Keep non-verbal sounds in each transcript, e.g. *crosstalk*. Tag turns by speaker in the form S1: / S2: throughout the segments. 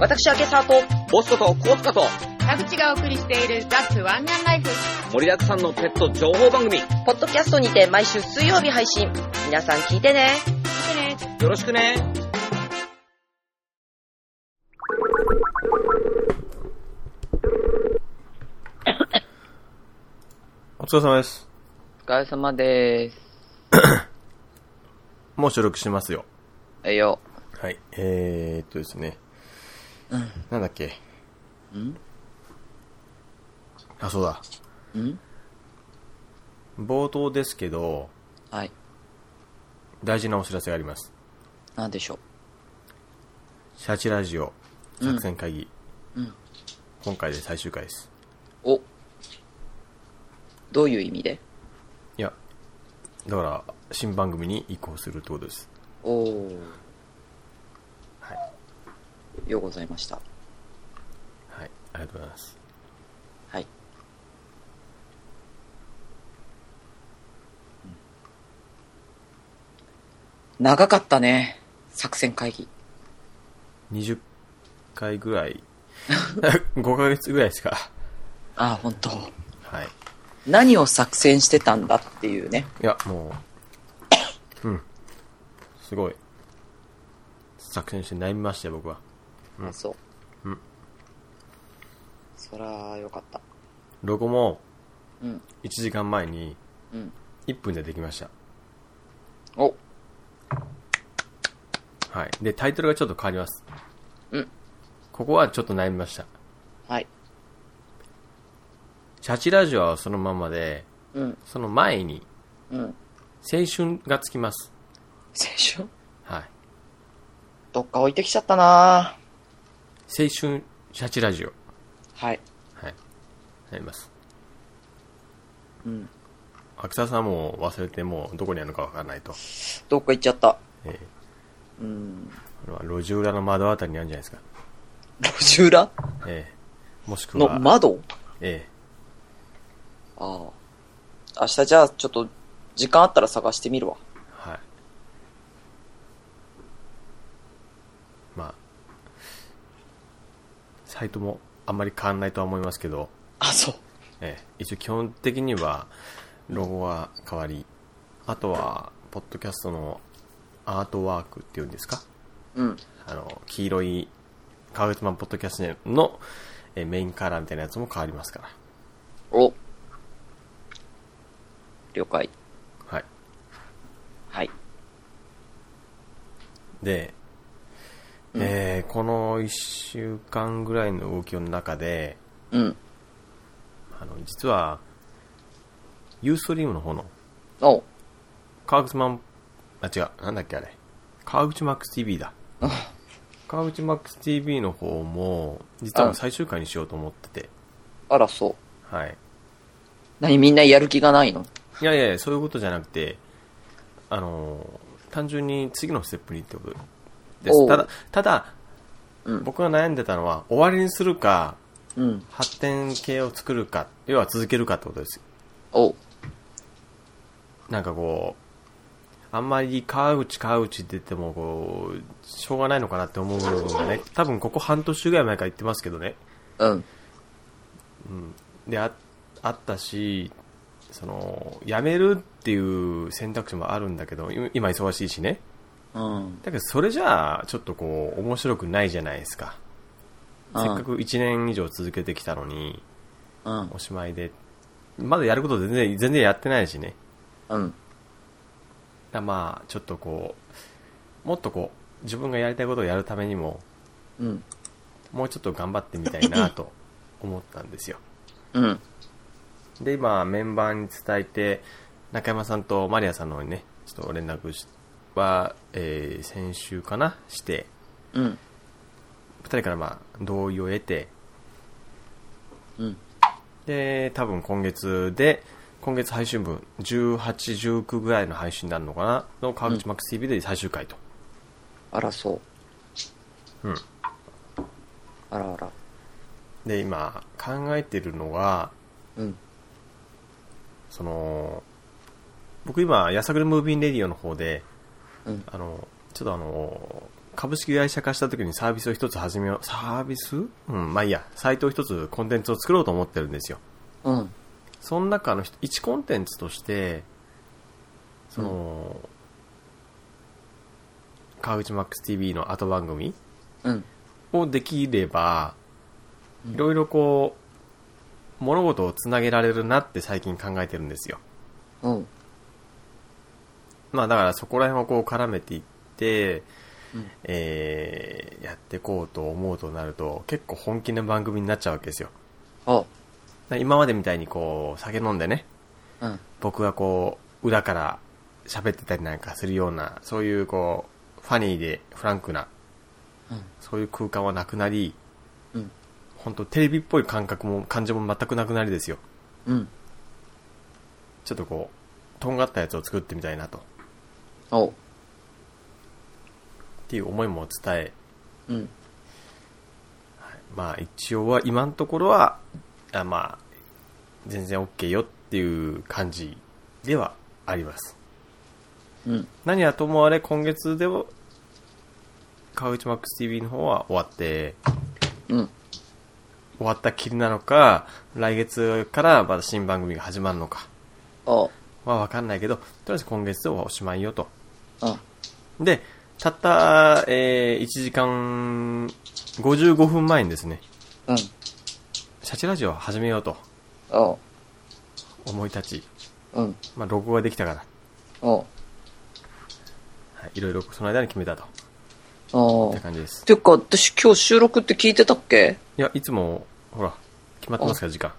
S1: 私、明沢と、
S2: ボスことコーツカと
S3: 田口がお送りしているザ・スワンガンライフ。
S2: 盛りだくさんのペット情報番組よ
S1: ポッドキャストにて毎週水曜日配信。皆さん聞いてね。
S3: 見てね。
S2: ろしくね
S4: お疲れ様です。
S1: お疲れ様でーす。
S4: *coughs* もう収録しますよ。
S1: えよ。
S4: はい。えー、っとですね。なんだっけ。あ、そうだ。
S1: ん
S4: 冒頭ですけど、
S1: はい。
S4: 大事なお知らせがあります。
S1: なんでしょう。
S4: シャチラジオ作戦会議。今回で最終回です。
S1: お。どういう意味で
S4: いや、だから、新番組に移行するってことです。
S1: おー。
S4: は
S1: ようございました。
S4: はい。ありがとうございます。
S1: はい。長かったね。作戦会議。
S4: 20回ぐらい、5ヶ月ぐらいですか。
S1: ああ、本当。
S4: はい。
S1: 何を作戦してたんだっていうね。
S4: いや、もう、うん。すごい。作戦して悩みましたよ、僕は。
S1: あそう。
S4: うん。
S1: そら、よかった。
S4: ロゴも、
S1: うん。
S4: 1時間前に、
S1: うん。
S4: 1分でできました。
S1: お、
S4: はい。で、タイトルがちょっと変わります。
S1: うん。
S4: ここはちょっと悩みました。
S1: はい。
S4: シャチラジオはそのままで、
S1: うん。
S4: その前に、
S1: うん。
S4: 青春がつきます。
S1: 青春
S4: はい。
S1: どっか置いてきちゃったな
S4: 青春シャチラジオ。
S1: はい。
S4: はい。なります。
S1: うん。
S4: アクサさんも忘れてもうどこにあるのかわからないと。
S1: どっか行っちゃった。
S4: えー
S1: うん。
S4: これは路地裏の窓あたりにあるんじゃないですか。
S1: 路地裏
S4: ええもしく
S1: の
S4: は、
S1: 窓
S4: え
S1: ああ。明日じゃあ、ちょっと、時間あったら探してみるわ。
S4: えはい。まあ、サイトもあんまり変わんないとは思いますけど、
S1: あ、そう。
S4: ええ一応基本的には、ロゴは変わり、あとは、ポッドキャストのアートワークっていうんですか
S1: うん。
S4: あの、黄色い、川口マンポッドキャストの、えメインカラーみたいなやつも変わりますから。
S1: お。了解。
S4: はい。
S1: はい。
S4: で、えーこの1週間ぐらいの動きの中で、
S1: うん。
S4: あの、実は、ユーストリームの方の、
S1: お
S4: 川口マン、あ、違う、なんだっけあれ。川口マックス TV だ。川口マックス TV の方も、実はもう最終回にしようと思ってて、
S1: あら、そう。
S4: はい。
S1: 何みんなやる気がないの
S4: いやいやいや、そういうことじゃなくて、あのー、単純に次のステップにってことで
S1: お
S4: す。
S1: う
S4: ただ、ただ、
S1: うん
S4: 僕が悩んでたのは、終わりにするか、
S1: うん。
S4: 発展系を作るか、要は続けるかってことです。
S1: お
S4: なんかこう、あんまり川口川口って言ってもこう、しょうがないのかなって思うのがね、多分ここ半年ぐらい前から言ってますけどね。
S1: うん。
S4: で、ああったし、その、辞めるっていう選択肢もあるんだけど、今今忙しいしね。
S1: うん。
S4: だけどそれじゃあ、ちょっとこう、面白くないじゃないですか。
S1: うん
S4: せっかく1年以上続けてきたのに、
S1: うん。
S4: おしまいで、まだやること全然、全然やってないしね。
S1: うん。
S4: だからまあちょっとこうもっとこう自分がやりたいことをやるためにも
S1: うん。
S4: もうちょっと頑張ってみたい
S1: *laughs*
S4: なと思ったんですよ
S1: うん。
S4: で今メンバーに伝えて中山さんとマリアさんの方にねちょっと連絡しは、えー先週かなして
S1: うん。
S4: 2人からまあ同意を得て
S1: うん。
S4: で多分今月で今月配信分1819ぐらいの配信になるのかなの川口マックス TV で最終回と、
S1: あら、そう。
S4: うん、
S1: あらあら。
S4: で今考えてるのが
S1: うん。
S4: その、僕今、やさぐれムービンレディオの方で、
S1: うん
S4: あの、ちょっとあの、株式会社化した時にサービスを一つ始めよう、サービスうん、まあいいや、サイトを一つコンテンツを作ろうと思ってるんですよ。
S1: うん。
S4: その中の1コンテンツとして、その、川口マックス TV の後番組
S1: うん。
S4: をできれ
S1: う
S4: ば、
S1: ん
S4: いろいろこう、物事をつなげられるなって最近考えてるんですよ。
S1: うん。
S4: まあだからそこら辺をこう絡めていって、
S1: うん
S4: えー、やっていこうと思うとなると、結構本気の番組になっちゃうわけですよ。
S1: あ、
S4: だから今までみたいにこう、酒飲んでね、
S1: うん。
S4: 僕がこう、裏から喋ってたりなんかするような、そういうこう、ファニーでフランクな、
S1: うん
S4: そういう空間はなくなり、
S1: うん
S4: 本当テレビっぽい感覚も、感じも全くなくなりですよ。
S1: うん。
S4: ちょっとこう、とんがったやつを作ってみたいなと、っ
S1: お
S4: ていう思いも伝え、
S1: うん。
S4: まあ一応は今のところは、あまあ、全然 OK よっていう感じではあります。
S1: うん。
S4: 何はともあれ今月でも、川口マックス TV の方は終わって、
S1: うん。
S4: 終わったきりなのか、来月からまた新番組が始まるのか
S1: あ、
S4: はわかんないけど、とりあえず今月はおしまいよと。
S1: うん。
S4: で、たった、えー、1時間55分前にですね、
S1: うん。
S4: シャチラジオを始めようと
S1: あ、
S4: 思い立ち、
S1: うん。
S4: まあ、録画できたから、
S1: お
S4: はい、いろいろその間に決めたと。
S1: あ
S4: って感じです。
S1: ていうか、私今日収録って聞いてたっけ
S4: いや、いつも、ほら、決まってますから、時間。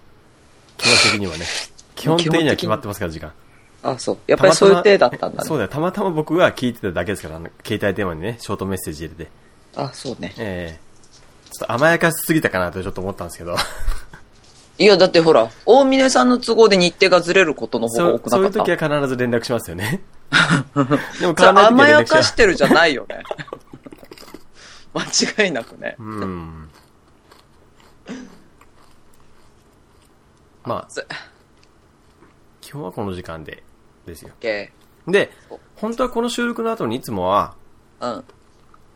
S4: 基本的にはね。基本的には決まってますから、時間。
S1: あ、そう。やっぱりそういう体だったんだ
S4: そ
S1: ね。
S4: うだよ。たまたま僕が聞いてただけですから、あの携帯電話にね、ショートメッセージ入れて。
S1: あ、そうね。
S4: ええちょっと甘やかしすぎたかなとちょっと思ったんです
S1: *laughs*
S4: けど。
S1: いや、だってほら、大峰さんの都合で日程がずれることの方が
S4: そ
S1: 多
S4: う
S1: く
S4: そうい
S1: な
S4: う
S1: かった。
S4: 時は必ず連絡します
S1: *laughs*
S4: よね。でも
S1: それ
S4: 買わない時は
S1: 甘
S4: 連
S1: や
S4: 絡しな
S1: か
S4: い
S1: してるじゃないよね。間違いなくね。
S4: うん。まあ、
S1: つ
S4: 基本はこの時間で、ですよ。
S1: け
S4: で
S1: そう、
S4: 本当はこの収録の後にいつもは、
S1: うん。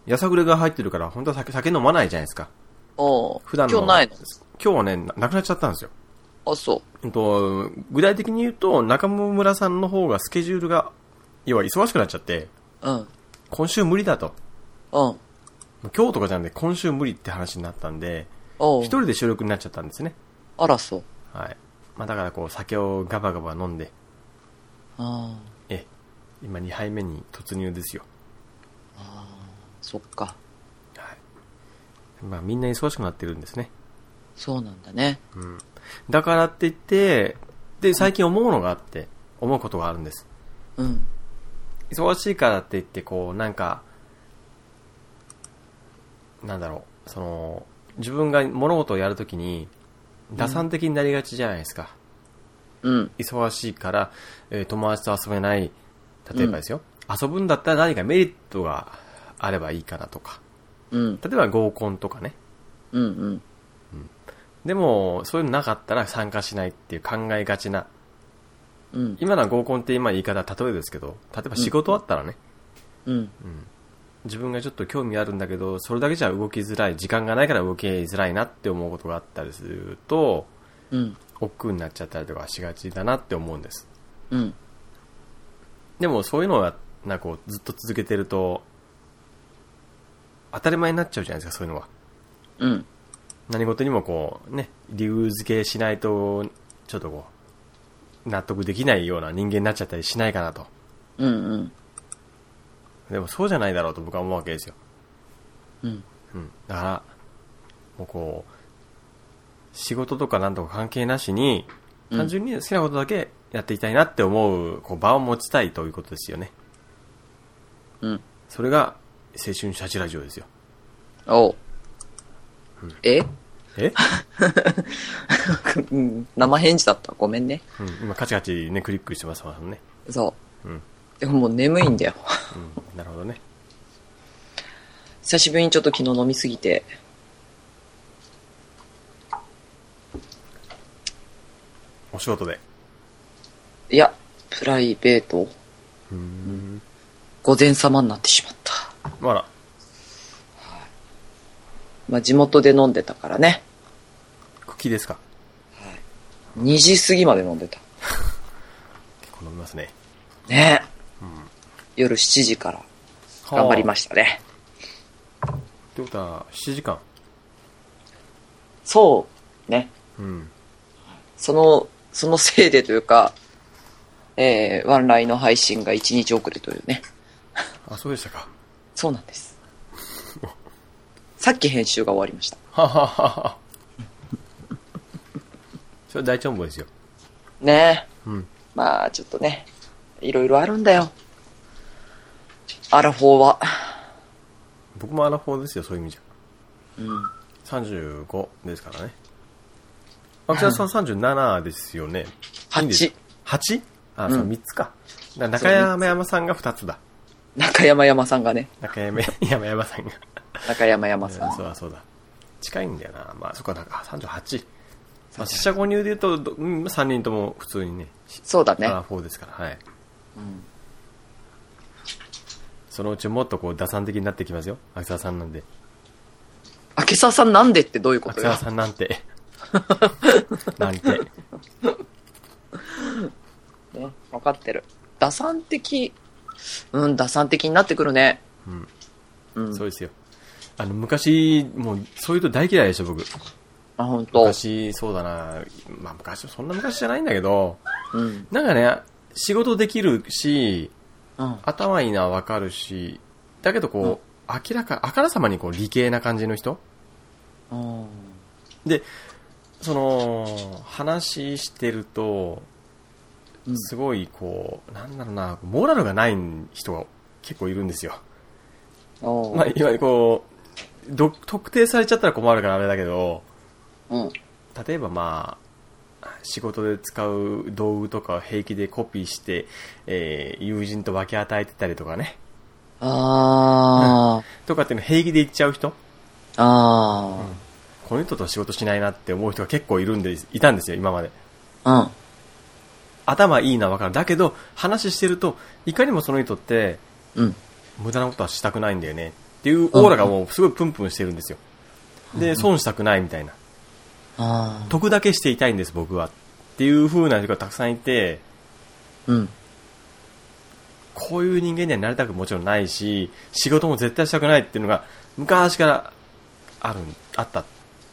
S4: やさぐれが入ってるから、本当は酒酒飲まないじゃないですか。
S1: おう
S4: 普段の。
S1: 今日ない
S4: 今日はね、ななくなっちゃったんですよ。
S1: の。あ、そう。
S4: うんと、具体的に言うと、中村さんの方がスケジュールが、要は忙しくなっちゃって、
S1: うん。
S4: 今週無理だと。
S1: うん。
S4: 今日とかじゃなくて、今週無理って話になったんで、
S1: おう
S4: 一人で収録になっちゃったんですね。
S1: あら、そう。
S4: はい。まあだからこう、酒をガバガバ飲んで、
S1: あ
S4: え、今2杯目に突入ですよ。
S1: あ、そっか。
S4: まあみんな忙しくなってるんですね。
S1: そうなんだね。
S4: うん。だからって言って、で、最近思うのがあって、思うことがあるんです。
S1: うん。
S4: 忙しいからって言って、こう、なんか、なんだろう、その、自分が物事をやるときに、打算的になりがちじゃないですか。
S1: うん。
S4: 忙しいから、えー友達と遊べない、例えばですよ、遊ぶんだったら何かメリットがあればいいかなとか。
S1: うん。
S4: 例えば合コンとかね。
S1: うん。うん。
S4: でも、そういうのなかったら参加しないっていう考えがちな。
S1: うん。
S4: 今のは合コンって今言い方は例えですけど、例えば仕事あったらね、
S1: うん。
S4: 自分がちょっと興味あるんだけど、それだけじゃ動きづらい、時間がないから動きづらいなって思うことがあったりすると、
S1: うん。
S4: 億劫になっちゃったりとかしがちだなって思うんです。
S1: うん。
S4: でもそういうのは、なんかこうずっと続けてると、当たり前になっちゃうじゃないですか、そういうのは。
S1: うん。
S4: 何事にもこう、ね、理由付けしないと、ちょっとこう、納得できないような人間になっちゃったりしないかなと。
S1: うん。うん。
S4: でもそうじゃないだろうと僕は思うわけですよ。
S1: うん。
S4: うん。だから、もうこう、仕事とかなんとか関係なしに、
S1: うん
S4: 単純に好きなことだけやっていきたいなって思う、こう、場を持ちたいということですよね。
S1: うん。
S4: それが、青春シャチラジオですよ。
S1: おう。え *laughs*
S4: え、
S1: うん生返事だった。ごめんね。
S4: うん、今カチカチね、クリックしてますもんね。
S1: そう。
S4: うん
S1: でももう眠いんだよ。
S4: うん、なるほどね。
S1: 久しぶりにちょっと昨日飲みすぎて。
S4: お仕事で。
S1: いや、プライベート、
S4: うん。
S1: 午前様になってしまった。
S4: あら、
S1: まあ、地元で飲んでたからね。
S4: 茎ですか
S1: 2時過ぎまで飲んでた。
S4: 結構飲みますね。
S1: ねえ。夜7時から頑張りま
S4: し
S1: したね。
S4: た。ってことは、7時間。
S1: そう。ね。
S4: うん。
S1: その、そのせいでというか、えー、ワンラインの配信が1日遅れというね。
S4: あ、そうでしたか。
S1: そうなんです。さっき編集が終わりました。
S4: はははは。それ大丈夫ですよ。
S1: ねえ。
S4: うん。
S1: まあ、ちょっとね、いろいろあるんだよ。アラフォーは。
S4: 僕もアラフォーですよ、そういう意味じゃ。
S1: うん。
S4: 35ですからね。秋田さん37ですよね。
S1: 8。
S4: 8? あ、そうう、
S1: ん
S4: 3つか。だ中山山さんが2つだ。
S1: 中山山さんがね。
S4: 中山 *laughs* 山山さんが。
S1: 中山山さ
S4: そ
S1: ん。
S4: うだそうだ。近いんだよな。まあ、そっか、なんか38。まあ、四捨五入で言うと、どうん3人とも普通にね、
S1: そうだ
S4: ア
S1: ね。
S4: ラフォーですから、はい。
S1: うん
S4: そのうちもっとこう、打算的になってきますよ。秋沢さんなんで。
S1: 秋沢さんなんでってどういうこ
S4: 秋
S1: と
S4: 沢
S1: よ。
S4: さんなん
S1: *laughs*
S4: て。なんて。
S1: ね、わかってる。打算的、うん、打算的になってくるね。
S4: うん。
S1: うん。
S4: そうですよ。あの、昔、もう、そういうと大嫌いでした、僕。
S1: あ、本当。
S4: 昔、そうだな。まあ、昔、そんな昔じゃないんだけど、
S1: うん。
S4: なんかね、仕事できるし、
S1: うん。
S4: 頭いいのはわかるし、だけどこう、明らか、あからさまにこう、理系な感じの人
S1: うん。
S4: で、その、話してると、
S1: うん
S4: すごいこう、なんだろうな、モラルがない人が結構いるんですよ。
S1: おう
S4: まあ、いわゆるこう、ど特定されちゃったら困るからあれだけど、
S1: うん。
S4: 例えばまあ、仕事で使う道具とかを平気でコピーして、えー友人と分け与えてたりとかね、
S1: あー。
S4: とかっていうの平気で言っちゃう人
S1: あ
S4: この人と仕事しないなって思う人が結構いるんで、いたんですよ、今まで。
S1: ー。うん。
S4: 頭いいのはわかる。だけど、話してると、いかにもその人って、
S1: うん。
S4: 無駄なことはしたくないんだよね。っていうオーラがもうすごいプンプンしてるんですよ。で、損したくないみたいな。
S1: あー。
S4: 得だけしていたいんです、僕は。っていう風な人がたくさんいて、
S1: うん。
S4: こういう人間にはなりたくもちろんないし、仕事も絶対したくないっていうのが、昔からある、あったっ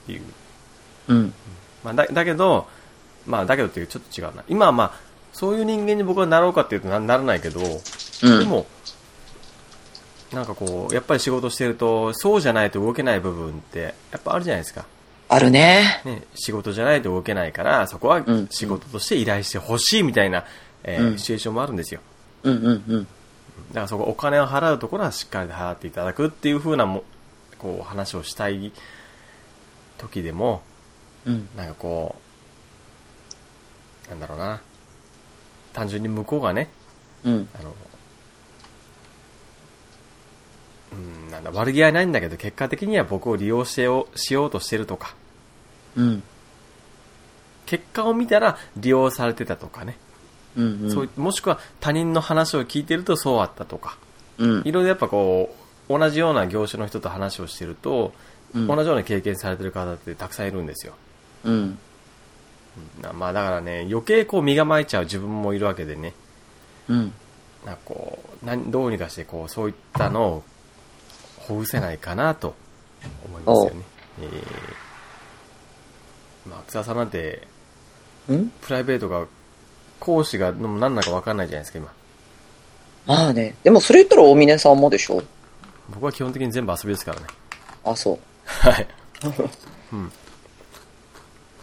S4: ていう。
S1: うん。
S4: まあ、だだけど、まあ、だけどっていうちょっと違うな。今はまあ、そういう人間に僕はなろうかっていうとなならないけど、
S1: うん
S4: でも、なんかこう、やっぱり仕事してると、そうじゃないと動けない部分って、やっぱあるじゃないですか。
S1: あるね。
S4: ね、仕事じゃないと動けないから、そこは
S1: うん
S4: 仕事として依頼してほしいみたいな、えー
S1: うん
S4: シチュエーションもあるんですよ。
S1: うんうんうん。
S4: だからそこお金を払うところはしっかり払っていただくっていう風なも、こう話をしたい時でも、
S1: うん。
S4: なんかこう、なんだろうな。単純に向こうがね、
S1: うん。
S4: あの、うん、なんだ、悪気はないんだけど、結果的には僕を利用してよしようとしてるとか、
S1: うん。
S4: 結果を見たら利用されてたとかね。
S1: うん。
S4: そういもしくは他人の話を聞いてるとそうあったとか、
S1: うん。
S4: いろいろやっぱこう、同じような業種の人と話をしてると、
S1: うん
S4: 同じような経験されてる方ってたくさんいるんですよ。
S1: うん。
S4: なまあだからね、余計こう身構えちゃう自分もいるわけでね、
S1: うん。
S4: なんかこう、なんどうにかしてこう、そういったのをほぐせないかなと思いますよね。えーまあ、津田さんなんて、
S1: うん
S4: プライベートが、講師が何なのか分かんないじゃないですか、今。
S1: まあね。でもそれ言ったら大峰さんもでしょ
S4: 僕は基本的に全部遊びですからね。
S1: あ、そう。
S4: はい。うん。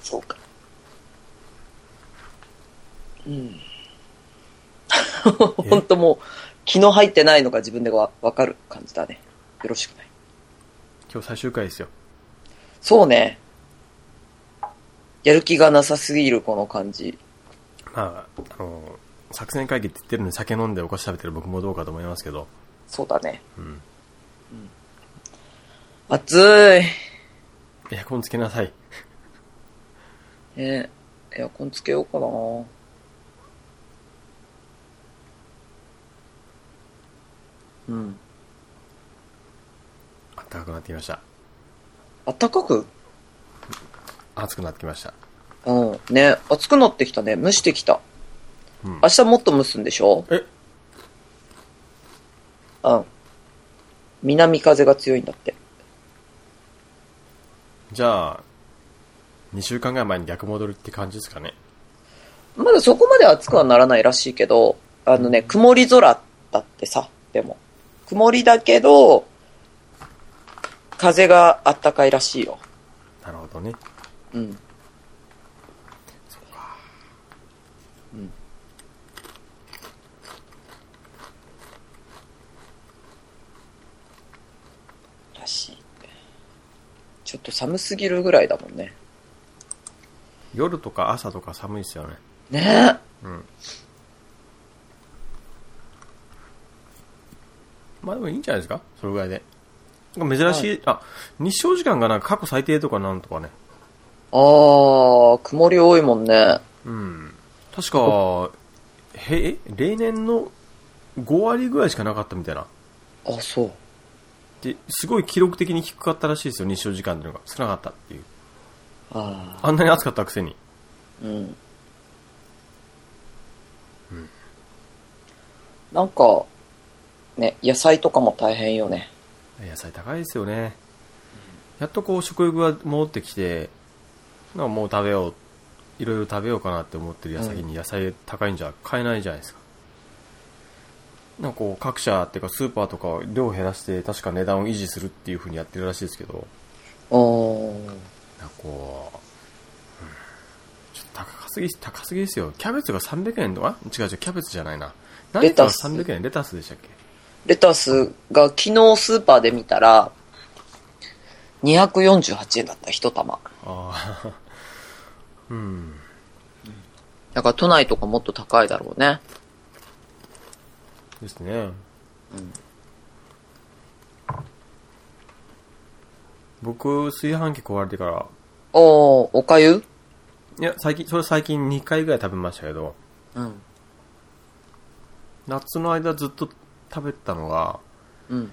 S1: そうか。うん。本当もう、気の入ってないのが自分でわわかる感じだね。よろしくない。
S4: 今日最終回ですよ。
S1: そうね。やる気がなさすぎるこの感じ。
S4: まあ、あの、作戦会議って言ってるんで酒飲んでお菓子食べてる僕もどうかと思いますけど、
S1: そうだね。
S4: うん。
S1: 暑い。
S4: エアコンつけなさい。
S1: ねエアコンつけようかな。うん。
S4: 暖かくなってきました。
S1: あったかく
S4: 暑くなってきました。
S1: うん。ね、暑くなってきたね。蒸してきた。
S4: うん
S1: 明日もっと蒸すんでしょ
S4: え
S1: うん。南風が強いんだって。
S4: じゃあ、2週間ぐらい前に逆戻りって感じですかね。
S1: まだそこまで暑くはならないらしいけど、あのね、曇り空だってさ、でも。曇りだけど、風があったかいらしいよ。
S4: なるほどね。
S1: うん。らしい。ちょっと寒すぎるぐらいだもんね。
S4: 夜とか朝とか寒いですよね。
S1: ねえ。
S4: うん。まあでもいいんじゃないですかそれぐらいで。なんか珍しい、あ、日照時間がなんか過去最低とかなんとかね。
S1: あー、曇り多いもんね。
S4: うん。確か、へ、え例年の5割ぐらいしかなかったみたいな。
S1: あ、そう。
S4: で、すごい記録的に低かったらしいですよ、日照時間っていうのが。少なかったっていう。
S1: あ
S4: あんなに暑かったくせに。
S1: ーうん。なんか、ね、野菜とかも大変よね。
S4: 野菜高いですよね。やっとこう食欲が戻ってきて、なんかもう食べよう、いろいろ食べようかなって思ってる矢先に野菜高いんじゃ買えないじゃないですか。なんかこう各社っていうかスーパーとかは量を減らして確か値段を維持するっていう風にやってるらしいですけど、
S1: おー。
S4: なんかこう、うんちょっと高すぎ、高すぎですよ。キャベツが300円とかあ違う違う、キャベツじゃないな。何
S1: レ
S4: と
S1: タ
S4: か
S1: ス
S4: 300円レタスでしたっけ
S1: レタスが昨日スーパーで見たら、248円だった、一玉。
S4: ああ、うん。
S1: だから都内とかもっと高いだろうね。
S4: ですね。僕、炊飯器壊れてから、
S1: おー、おかゆ
S4: いや、最近、それ最近2回ぐらい食べましたけど、
S1: うん。
S4: 夏の間ずっと食べてたのが、
S1: うん。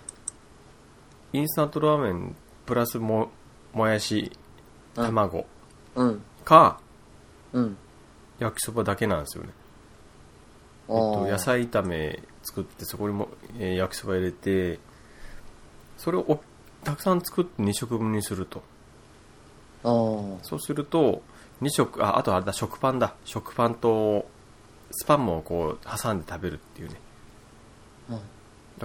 S4: インスタントラーメンプラスも、もやし、
S1: うん
S4: 卵
S1: うん。
S4: か、
S1: うん。
S4: 焼きそばだけなんですよね。えっ
S1: お
S4: と、
S1: ー
S4: 野菜炒め作って、そこにも、えー焼きそば入れて、それをおたくさん作って2食分にすると。
S1: おー
S4: そうすると、2食、あ、あとあれだ、食パンだ。食パンと、スパンもこう、挟んで食べるっていうね。
S1: うん
S4: だか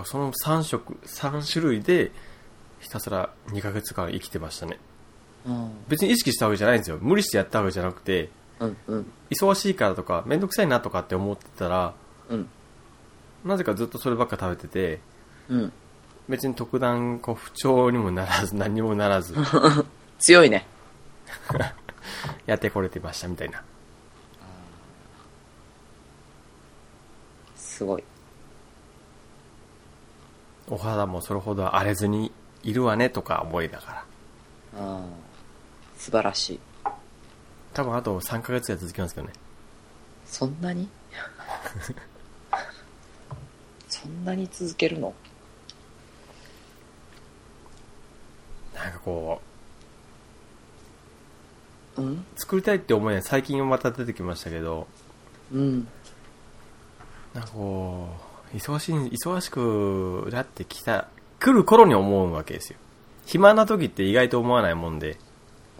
S4: らその3食、三種類で、ひたすら2ヶ月間生きてましたね。
S1: うん。
S4: 別に意識したわけじゃないんですよ。無理してやったわけじゃなくて、
S1: うん。うん。
S4: 忙しいからとか、めんどくさいなとかって思ってたら、
S1: うん。
S4: なぜかずっとそればっか食べてて、
S1: うん。
S4: 別に特段、こう、不調にもならず、 *laughs* 何にもならず、
S1: 強いね。
S4: やってこれてましたみたいな。
S1: すごい。
S4: お肌もそれほど荒れずにいるわねとか思いながら。
S1: あー素晴らしい。
S4: 多分あと3ヶ月が続きますけどね。
S1: そんなに *laughs* そんなに続けるの
S4: なんかこ
S1: うん
S4: う、作りたいって思いが最近また出てきましたけど、
S1: うん。
S4: なんかこう、忙しい、忙しくなってきた、来る頃に思うわけですよ。暇な時って意外と思わないもんで、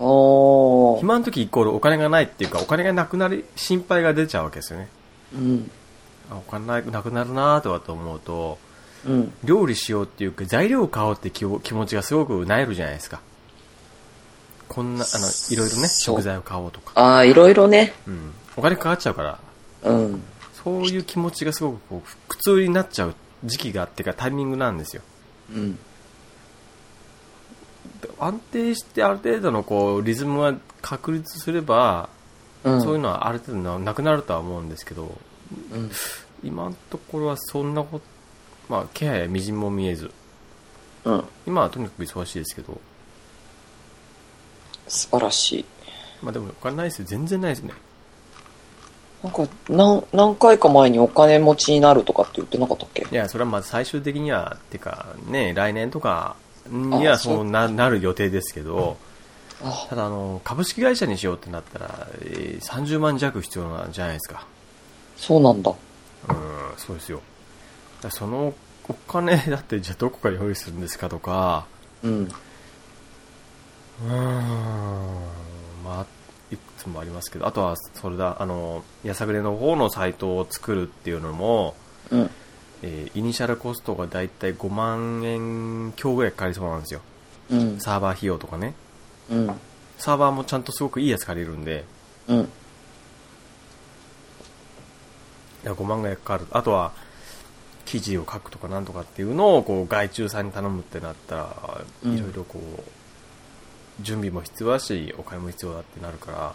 S1: おー。
S4: 暇な時イコールお金がないっていうか、お金がなくなり、心配が出ちゃうわけですよね。
S1: うん。
S4: あお金ななくなるなーとかと思うと、
S1: うん。
S4: 料理しようっていうか、材料を買おうって気を気持ちがすごくなえるじゃないですか。こんな、あの、いろいろね、
S1: そう
S4: 食材を買おうとか。
S1: ああ、いろいろね。
S4: うん。お金かかっちゃうから、
S1: うん。
S4: そういう気持ちがすごくこう、苦痛になっちゃう時期があってか、タイミングなんですよ。
S1: うん。
S4: 安定してある程度のこう、リズムが確立すれば、
S1: うん。
S4: そういうのはある程度ななくなるとは思うんですけど、
S1: うん
S4: 今のところはそんなこと、まあ、気配はみじんも見えず、
S1: うん。
S4: 今はとにかく忙しいですけど、
S1: 素晴らしい。
S4: まあでもお金ないですよ。全然ないですね。
S1: なんか、なん何回か前にお金持ちになるとかって言ってなかったっけ
S4: いや、それはまあ最終的には、てかね、来年とか、には
S1: あそう
S4: そうななる予定ですけど、
S1: あ
S4: ただあの、株式会社にしようってなったら、えー30万弱必要なんじゃないですか。
S1: そうなんだ。
S4: うん、そうですよ。だからそのお金、だってじゃあどこから用意するんですかとか、
S1: うん。
S4: うーん、まあ、いくつもありますけど、あとは、それだ、あの、やさぐれの方のサイトを作るっていうのも、
S1: うん。
S4: えーイニシャルコストがだいたい5万円強ぐらいかかりそうなんですよ。
S1: うん。
S4: サーバー費用とかね。
S1: うん。
S4: サーバーもちゃんとすごくいいやつ借りるんで、
S1: うん。
S4: いや5万ぐらいかかる。あとは、記事を書くとかなんとかっていうのを、こう、外注さんに頼むってなったら、
S1: うん
S4: いろいろこう、準備も必要だし、お金も必要だってなるから、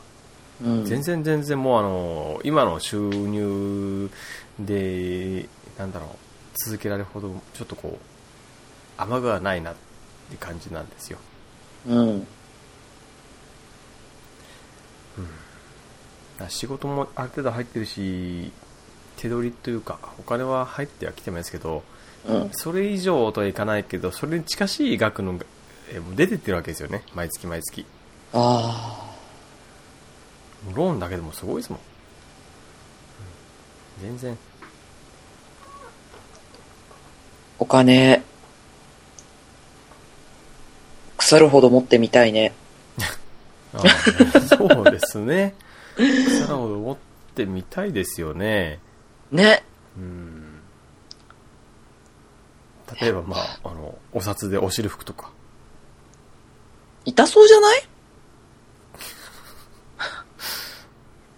S1: うん。
S4: 全然全然もうあの、今の収入で、なんだろう、続けられるほど、ちょっとこう、甘がないなって感じなんですよ。
S1: うん。
S4: だから仕事もある程度入ってるし、手取りというか、お金は入ってはきてますけど、
S1: うん。
S4: それ以上とはいかないけど、それに近しい額の、えーもう出てってるわけですよね。毎月毎月。
S1: あ
S4: もうローンだけでもすごいですもん。うん全然。
S1: ーお金、腐るほど持ってみたいね。
S4: あ *laughs* ーそうですね。さらを持ってみたいですよね。
S1: ね。
S4: うん。例えば、まあ、あの、お札でお汁服とか。
S1: 痛そうじゃない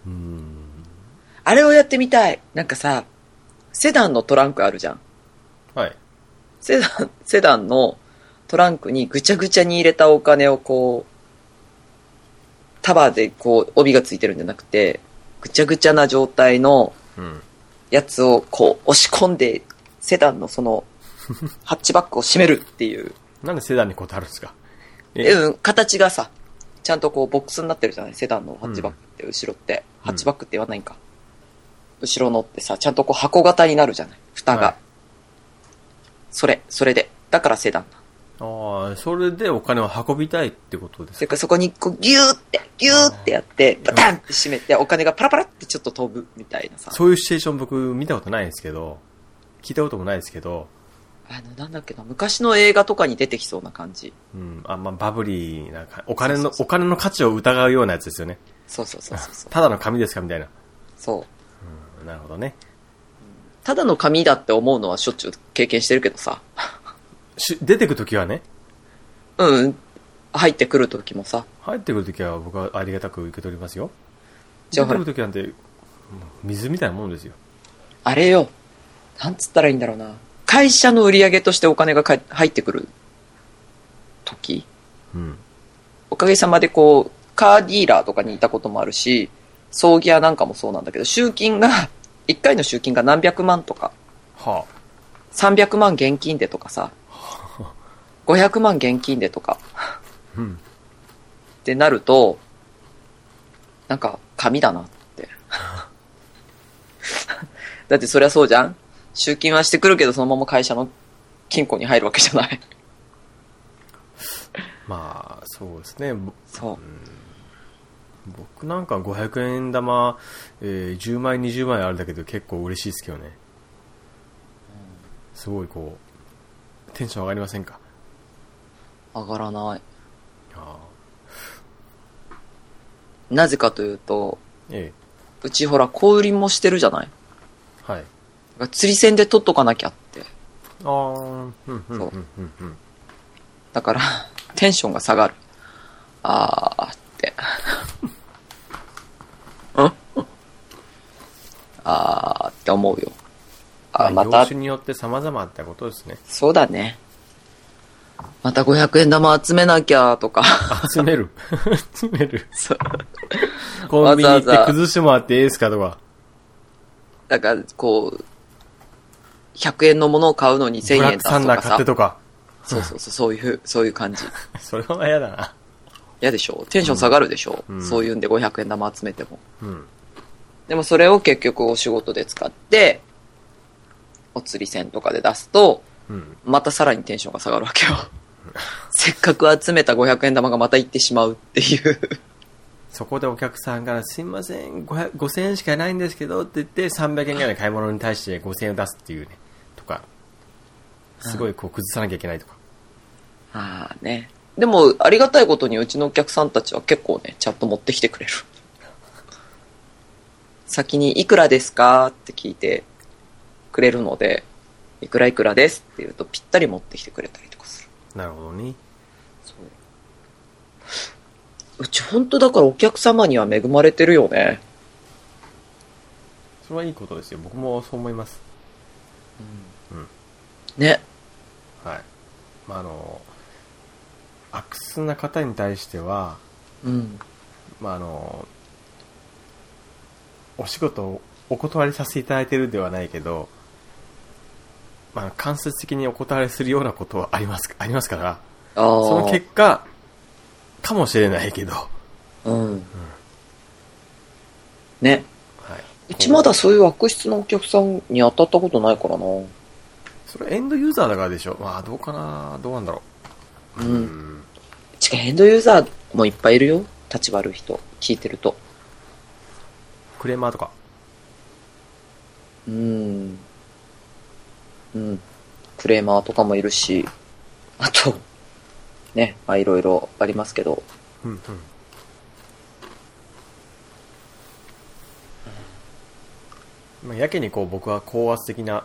S4: うん。
S1: あれをやってみたい。なんかさ、セダンのトランクあるじゃん。
S4: はい。
S1: セダン、セダンのトランクにぐちゃぐちゃに入れたお金をこう、束でこう、帯がついてるんじゃなくて、ぐちゃぐちゃな状態の
S4: うん。
S1: やつをこう、押し込んで、セダンのその、ハッチバックを閉めるっていう。
S4: なんでセダンにこだわるんですか
S1: え、うん、形がさ、ちゃんとこう、ボックスになってるじゃないセダンのハッチバックって、後ろって。ハッチバックって言わないんか。後ろのってさ、ちゃんとこう、箱型になるじゃない蓋が。
S4: はい
S1: それ、それで。だからセダンだ。
S4: ああ、それでお金を運びたいってことです
S1: それからそこにこうギューって、ギューってやって、バタンって閉めて、お金がパラパラってちょっと飛ぶみたいなさ。
S4: そういうシチュエーション僕見たことないんですけど、聞いたこともないですけど、
S1: あの、なんだっけな、昔の映画とかに出てきそうな感じ。
S4: うん、あんまあバブリーなか、お金の、お金の価値を疑うようなやつですよね。
S1: そうそうそうそうそう。
S4: ただの紙ですかみたいな。
S1: そう。
S4: うんなるほどね。
S1: ただの紙だって思うのはしょっちゅう経験してるけどさ。
S4: し出てくときはね、
S1: うん。入ってくる時もさ。
S4: 入ってくるときは僕はありがたく受け取りますよ。
S1: じゃ
S4: 出
S1: あ
S4: てくるときなんて、もう水みたいなもんですよ。
S1: あれよ。なんつったらいいんだろうな。会社の売り上げとしてお金がかえ入ってくる時
S4: うん。
S1: おかげさまでこう、カーディーラーとかにいたこともあるし、葬儀屋なんかもそうなんだけど、集金が、 *laughs* 一回の集金が何百万とか、
S4: は
S1: 300万現金でとかさ、500万現金でとか
S4: あ。うん。
S1: ってなると、なんか、紙だなって。 *laughs* だってそりゃそうじゃん集金はしてくるけど、そのまま会社の金庫に入るわけじゃない。
S4: まあ、そうですね。ぼ
S1: そう。
S4: 僕なんか500円玉、えー10枚、20枚あるだけで結構嬉しいですけどね。すごいこう、テンション上がりませんか
S1: 上がらない。
S4: ああ
S1: なぜかというと、
S4: え
S1: うちほら、小売りもしてるじゃない
S4: え、はい。
S1: 釣り線で取っとかなきゃって。
S4: ああ、うん、うん、うん、うん、うん。
S1: だから、 *laughs* テンションが下がる。あー
S4: *laughs*
S1: って。うん *laughs* あーって思うよ。あー、
S4: ま
S1: ま
S4: あ業
S1: た
S4: 種、によって様々ってことですね。
S1: そうだね。また500円玉集めなきゃとか。 *laughs*
S4: 集める。 *laughs* 集める。
S1: そう
S4: コンビニ行っ
S1: わざわ
S4: て
S1: ざ
S4: 崩してもらっていいですかとか。
S1: だから、こう、100円のものを買うのに
S4: ブ
S1: 1000
S4: ラ
S1: 円出
S4: ックサ
S1: す
S4: ン
S1: と
S4: ダー
S1: か
S4: 買っ
S1: さ
S4: て。とか。
S1: そうそうそう、そういう、そういう感じ。
S4: それは嫌だな。
S1: 嫌でしょテンション下がるでしょ、
S4: うん
S1: そういうんで500円玉集めても。
S4: うん。
S1: でもそれを結局お仕事で使って、お釣り銭とかで出すと、
S4: うん。
S1: *laughs* またさらにテンションが下がるわけよ。
S4: う
S1: せっかく集めた500円玉がまた行ってしまうっていう。
S4: そこでお客さんから、すいません、500 5000円しかないんですけどって言って、300円ぐらいの買い物に対して5000円を出すっていうね、とか、すごいこう崩さなきゃいけないとか。
S1: ああね。でも、ありがたいことにうちのお客さんたちは結構ね、ちゃんと持ってきてくれる。先にいくらですかって聞いてくれるので、いくらいくらですって言うとぴったり持ってきてくれたりとかする。
S4: なるほどね。
S1: うち本当だからお客様には恵まれてるよね。
S4: それはいいことですよ。僕もそう思います。
S1: ね。
S4: はい。まあ、あの、悪質な方に対しては、
S1: うん。
S4: まあ、あの、お仕事をお断りさせていただいてるではないけど、まあ、間接的にお断りするようなことはあります、ありますから、
S1: ああ。
S4: その結果、かもしれないけど、は
S1: うん。ね。
S4: い。
S1: うちまだ
S4: こ
S1: そういう悪質なお客さんに当たったことないからな。
S4: うそれエンドユーザーだからでしょ。まあ、どうかな、どうなんだろう。
S1: うんちかヘンドユーザーもいっぱいいるよ。立ち悪い人。聞いてると。
S4: クレーマーとか。
S1: うん。うん。クレーマーとかもいるし、あと、ね、まあいろいろありますけど、
S4: うんうん。まあ、やけにこう僕は高圧的な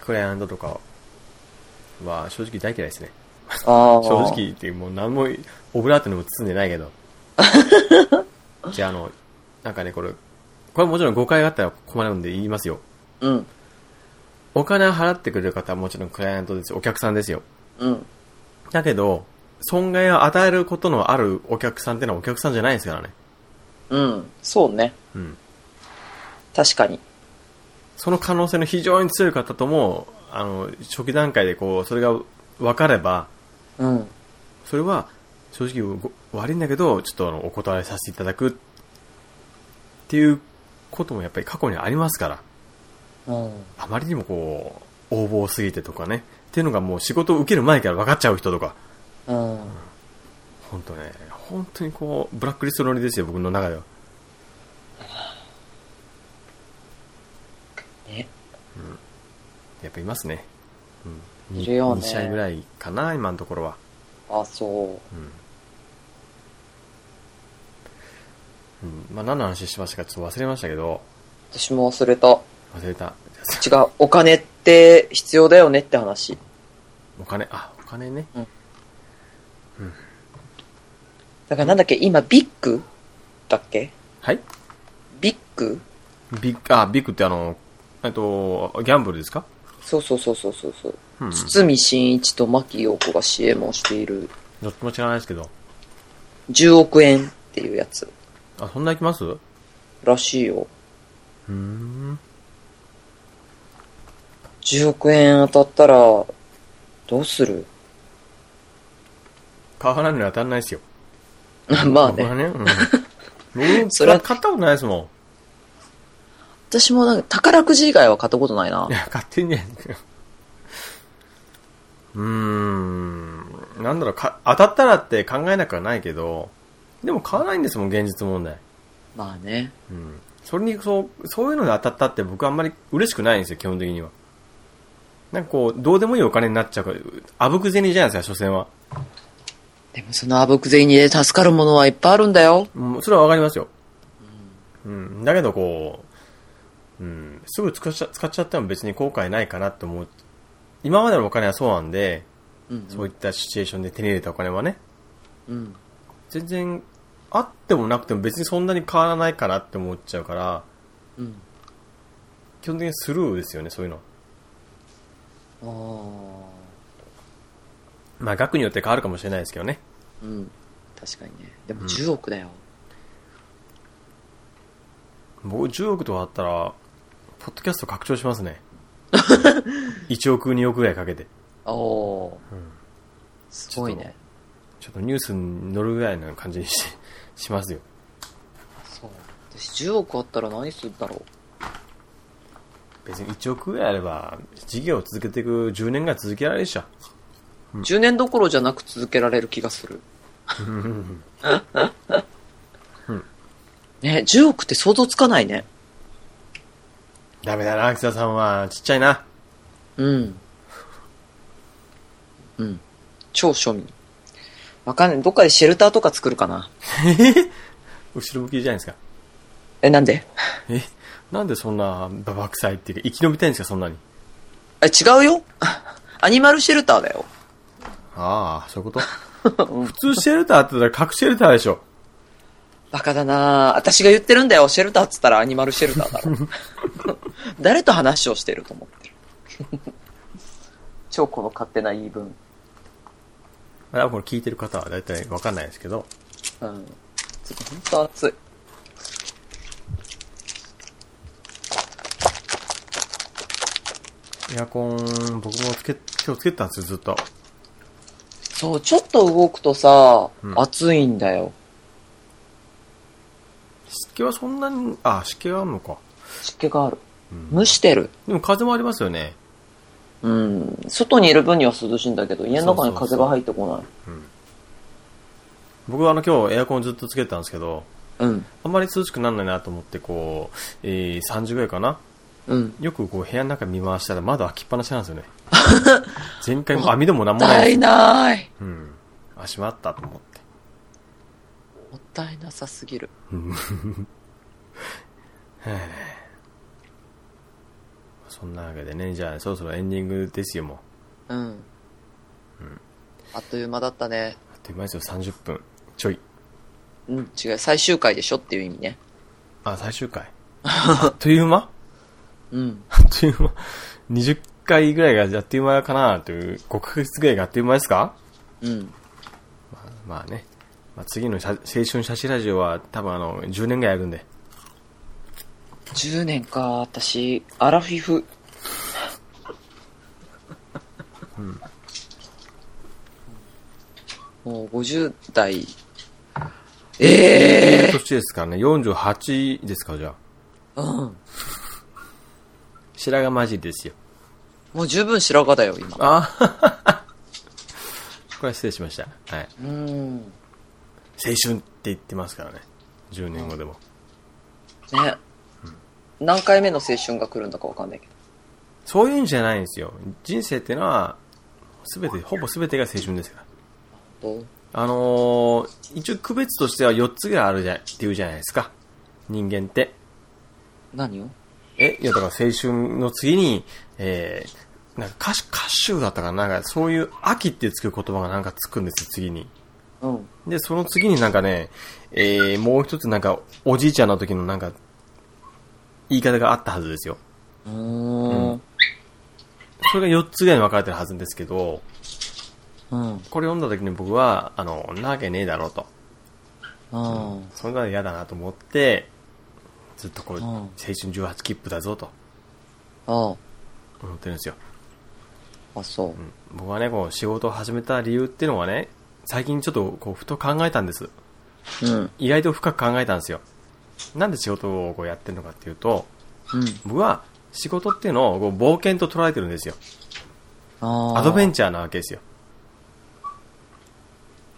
S4: クライアントとかは正直大嫌いですね。
S1: ああ。
S4: 正直。言ってもう何もオブラートにも包んでないけど。じゃああの、なんかねこれ、これもちろん誤解があったら困るんで言いますよ。
S1: うん。
S4: お金払ってくれる方はもちろんクライアントですよお客さんですよ。
S1: うん。
S4: だけど、損害を与えることのあるお客さんってのはお客さんじゃないですからね。
S1: うん。そうね。
S4: うん。
S1: 確かに。
S4: その可能性の非常に強い方とも、あの、初期段階でこう、それが分かれば、
S1: うん。
S4: それは正直ご悪いんだけど、ちょっとあの、お断りさせていただくっていうこともやっぱり過去にありますから、
S1: うん。
S4: あまりにもこう、横暴すぎてとかね、っていうのがもう仕事を受ける前から分かっちゃう人とか、
S1: うん。
S4: 本当ね、本当にこう、ブラックリストのりですよ、僕の中では。
S1: ね。
S4: やっぱいますね。うん。
S1: いるよね
S4: 2社ぐらいかな、今のところは。
S1: あ、そう。
S4: うん。うん。まあ、何の話してましたかちょっと忘れましたけど、
S1: 私も忘れた。
S4: 忘れた。
S1: 違う。お金って必要だよねって話。
S4: お金、あ、お金ね。
S1: だからなんだっけ、今ビッグだっけ
S4: はい
S1: ビッグ
S4: ビッグ、あ、ビッグってあの、えっと、ギャンブルですか
S1: そうそうそうそうそうそう。
S4: うん。ど
S1: 堤真一と牧陽子が CM をしている
S4: っちも知らないですけど。
S1: 10億円っていうやつ
S4: あ、そんな行きますう
S1: らしいよ。
S4: ーん。
S1: 10億円当たったら、どうする *laughs*
S4: 買わないのに当たんないですよ。
S1: まあ
S4: 僕は
S1: ね。
S4: ね。うん。 *laughs* 僕
S1: それは
S4: 買ったことないですもん。。
S1: 私もなんか宝くじ以外は買ったことないない
S4: や、勝手にね。うーん。なんだろうか、当たったらって考えなくはないけど、でも買わないんですもん、現実問題。
S1: まあね。
S4: うん。それに、そう、そういうので当たったって僕あんまり嬉しくないんですよ、基本的には。なんかこう、どうでもいいお金になっちゃうから、あぶく銭じゃないですか、所詮は。
S1: でもそのあぶく銭で助かるものはいっぱいあるんだよ。
S4: うん、それはわかりますよ。うん。だけどこう、うん、すぐ使っちゃ使っちゃっても別に後悔ないかなって思う。今までのお金はそうなんで、
S1: うん
S4: そういったシチュエーションで手に入れたお金はね、
S1: うん。
S4: 全然、あってもなくても別にそんなに変わらないかなって思っちゃうから、
S1: うん。
S4: 基本的にスルーですよね、そういうの。
S1: あ
S4: まあ、額によって変わるかもしれないですけどね。
S1: あ。うん。確かにね。でも10億だよ。
S4: 僕10億とかあったら、ポッドキャスト拡張します *laughs* ね。1億、2億ぐらいかけて。
S1: あおー
S4: ん
S1: すごいね。
S4: ちょっとニュースに乗るぐらいの感じにし *laughs* しますよ。
S1: そう。私10億あったら何するんだろう。
S4: *laughs* 別に1億ぐらいあれば、事業を続けていく10年ぐらい続けられるでしょ。うん
S1: 10年どころじゃなく続けられる気がする。
S4: うん
S1: ね、10億って想像つかないね。
S4: ダメだな、秋田さんは。ちっちゃいな。
S1: うん。うん。超庶民。わかんない。どっかでシェルターとか作るかな。
S4: 後ろ向きじゃないですか。
S1: え、なんで
S4: え、なんでそんな、ババ臭いっていうか、生き延びたいんですか、そんなに。
S1: え、違うよ *laughs* アニマルシェルターだよ。
S4: ああ、そういうこと *laughs* 普通シェルターって言ったら、核シェルターでしょ。
S1: バカだなぁ私が言ってるんだよ。シェルターっつったらアニマルシェルターだろ。 *laughs* 誰と話をしてると思ってる。超この勝手な言い分。
S4: あれはこれ聞いてる方は大体わかんないですけど。
S1: うん。ちょっと本当暑い。
S4: エアコン、僕もつけ、今日つけてたんですよ、ずっと。
S1: そう、ちょっと動くとさ、
S4: うん
S1: 暑いんだよ。
S4: 湿気はそんなに、あ、湿気があるのか。
S1: 湿気がある。
S4: うん
S1: 蒸してる。
S4: でも風もありますよね。
S1: うん。外にいる分には涼しいんだけど、家の中に風が入ってこない。
S4: 僕はあの今日エアコンずっとつけてたんですけど、
S1: うん。
S4: あんまり涼しくならないなと思って、こう、えー、30ぐらいかな。
S1: うん。
S4: よくこう部屋の中見回したら窓開きっぱなしなんですよね。前回も網戸もなん
S1: も
S4: も
S1: っ
S4: な
S1: た
S4: い
S1: い
S4: です。
S1: ない。
S4: うん。あ、しまったと思って。
S1: もったいなさすぎる。
S4: そんなわけでね、じゃあそろそろエンディングですよ、もう。
S1: うん。あっという間だったね。
S4: あっという間ですよ、30分。ちょい。
S1: うん、違う。最終回でしょっていう意味ね。
S4: あ、最終回。あっという間
S1: うん。
S4: あっという間。20回ぐらいがあっという間かなという、5ヶ月ぐらいがあっという間ですか
S1: うん。
S4: まあね。まあ、次の写青春写真ラジオは多分あの、10年ぐらいやるんで。
S1: 10年か、私、アラフィフ。もう50代。ええ
S4: 年ですからね、48ですか、じゃあ。
S1: うん。
S4: 白髪混じりですよ。
S1: もう十分白髪だよ、今。
S4: ああこれは失礼しました。はい。
S1: うん。ね。
S4: 青春って言ってますからね。10年後でも。
S1: 何回目の青春が来るんだかわかんないけど。
S4: そういうんじゃないんですよ。人生ってのは、すべて、ほぼすべてが青春ですから。
S1: どう
S4: あのー、一応区別としては4つぐらいあるじゃん、っていうじゃないですか。人間って。
S1: 何を
S4: え、いやだから青春の次に、えー、なんか歌手、歌手だったかな、なんかそういう秋ってつく言葉がなんかつくんですよ、次に。
S1: うん。
S4: で、その次になんかね、えー、もう一つなんか、おじいちゃんの時のなんか、言い方があったはずですよ。
S1: うーん。
S4: それが4つぐらいに分かれてるはずですけど、
S1: うん。
S4: これ読んだ時に僕は、あの、なわけねえだろうと。
S1: うん。
S4: そんなの嫌だなと思って、ずっとこう、
S1: うん
S4: 青春18切符だぞと
S1: あ
S4: 思ってるんですよ。
S1: あ、あ、そう
S4: う。ん僕はね、こう、仕事を始めた理由っていうのはね、最近ちょっとこう、ふと考えたんです。
S1: うん。
S4: 意外と深く考えたんですよ。なんで仕事をこうやってるのかっていうと、
S1: うん。
S4: 僕は仕事っていうのをこう冒険と捉えてるんですよ。
S1: ああ。
S4: アドベン
S1: チ
S4: チャーなわけですよ。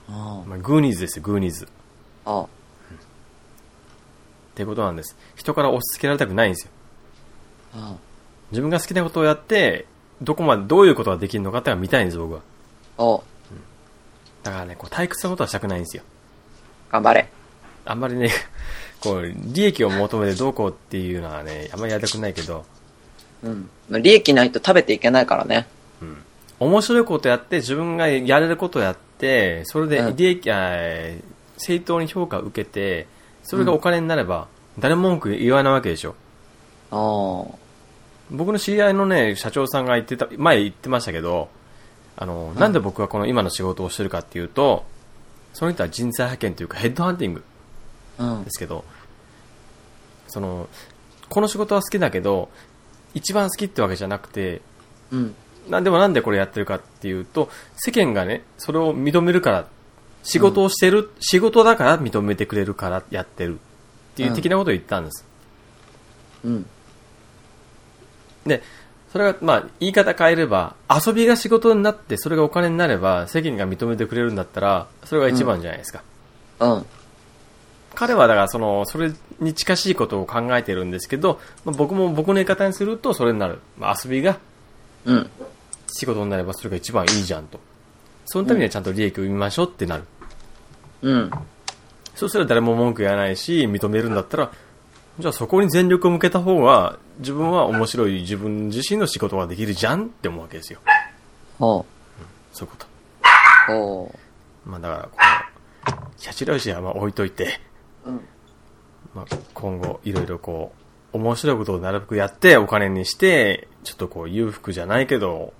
S1: あ
S4: まあ、グーニーズですよ、グーニーズ。っ
S1: あ。ああ。
S4: ていうことなんです。人から押し付けられたくないんですよ。
S1: あ
S4: 自分が好きなことをやって、どこまで、どういうことができるのかっていうのが見たいんです、僕は。
S1: あ。
S4: だからね、こう退屈なことはしたくないんですよ。
S1: 頑張れ。
S4: あんまりね、 *laughs* こう、利益を求めてどうこうっていうのはね、あんまりやりたくないけど、
S1: うん。利益ないと食べていけないからね。
S4: 面白いことやって、自分がやれることやって、それ
S1: う
S4: で
S1: ん
S4: 利益、あー正当に評価を受けて、それがお金になれば、誰も文句言わないわけでしょ。
S1: ああ。
S4: 僕の知り合いのね、社長さんが言ってた、前言ってましたけど、あの、なんで僕がこの今の仕事をしてるかっていうと、その人は人材派遣というかヘッドハンティング
S1: うん
S4: で。すけど、その、この仕事は好きだけど、一番好きってわけじゃなくて、
S1: うん。
S4: なんでもなんでこれやってるかっていうと、世間がね、それを認めるから、仕事をしてる、仕事だから認めてくれるからやってるっていう的なことを言ったんです。
S1: うん。
S4: で、それは、まあ、言い方変えれば、遊びが仕事になって、それがお金になれば、世間が認めてくれるんだったら、それが一番じゃないですか。
S1: うん。
S4: 彼はだから、その、それに近しいことを考えてるんですけど、まあ、僕も僕の言い方にすると、それになる。まあ、遊びが
S1: うん。
S4: 仕事になれば、それが一番いいじゃんと。そのためにはちゃんと利益を生みましょうってなる。
S1: うん。
S4: そうすれば誰も文句言わないし、認めるんだったら、じゃあそこに全力を向けた方が、自分は面白い自分自身の仕事ができるじゃんって思うわけですよ。
S1: ほ
S4: そういうこと。
S1: う。ほ
S4: まあだから、この、シャチロシはまあ置いといて、
S1: う。うん。
S4: まあ、今後いろいろこう、面白いことをなるべくやってお金にして、ちょっとこう裕福じゃないけど、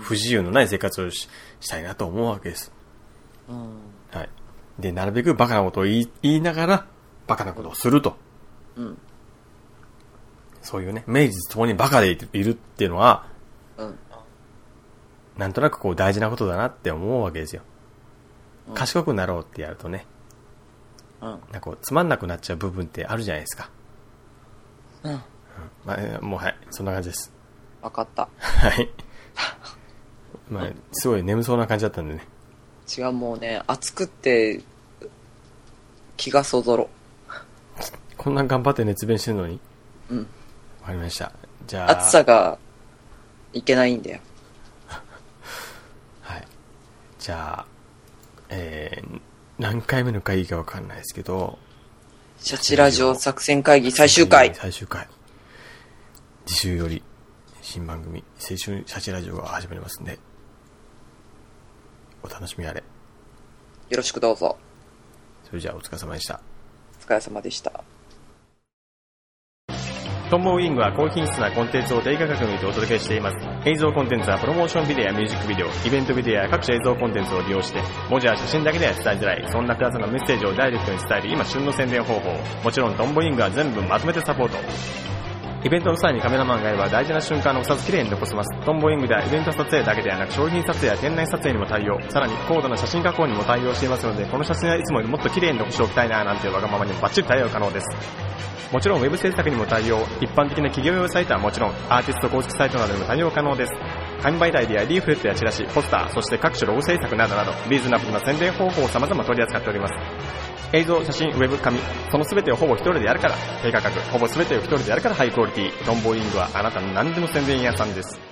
S4: 不自由のない生活をししたいなと思うわけです。
S1: うん。
S4: はい。で、なるべくバカなことを言い言いながら、バカなことをすると。
S1: うん。
S4: そういうね、名実ともにバカでいるっていうのは、
S1: うん。
S4: なんとなくこう大事なことだなって思うわけですよ。
S1: うん
S4: 賢くなろうってやるとね、
S1: うん。
S4: なんかこうつまんなくなっちゃう部分ってあるじゃないですか。
S1: うん。
S4: まあえー、もうはい、そんな感じです。
S1: わかった。
S4: はい。まあ、すごい眠そうな感じだったんでね。
S1: 違う、もうね、暑くって、気がそぞろ。
S4: こんな頑張って熱弁してるのに。
S1: うん。
S4: わかりました。じゃあ、
S1: 暑さが、いけないんだよ。
S4: はい。じゃあ、えー、何回目の会議かわかんないですけど、
S1: シャチラジオ作戦会議最終回。
S4: 最終回。次週より、新番組、青春シャチラジオが始まりますんで、お楽しみあれ。
S1: よろしくどうぞ。
S4: それじゃあ、お疲れ様でした。
S1: お疲れ様でした。
S4: トンボウィングは高品質なコンテンツを低価格にてお届けしています。映像コンテンツはプロモーションビデオやミュージックビデオ、イベントビデオや各種映像コンテンツを利用して、文字や写真だけでは伝えづらい、そんな複雑なメッセージをダイレクトに伝える今旬の宣伝方法。もちろんトンボウィングは全部まとめてサポート。イベントの際にカメラマンがいれば大事な瞬間のお札きれいに残せます。トンボウィングではイベント撮影だけではなく商品撮影や店内撮影にも対応。さらに高度な写真加工にも対応していますので、この写真はいつもよりもっと綺麗に残しておきたいななんていうわがままにもバッチリ対応可能です。もちろんウェブ制作にも対応、一般的な企業用サイトはもちろん、アーティスト公式サイトなどにも対応可能です。紙媒体でやリーフレットやチラシ、ポスター、そして各種ロゴ制作などなど、リーズナブルな宣伝方法を様々取り扱っております。映像、写真、ウェブ、紙、その全てをほぼ一人でやるから、低価格、ほぼ全てを一人でやるからハイクオリティ、トンボウイングはあなたの何でも宣伝屋さんです。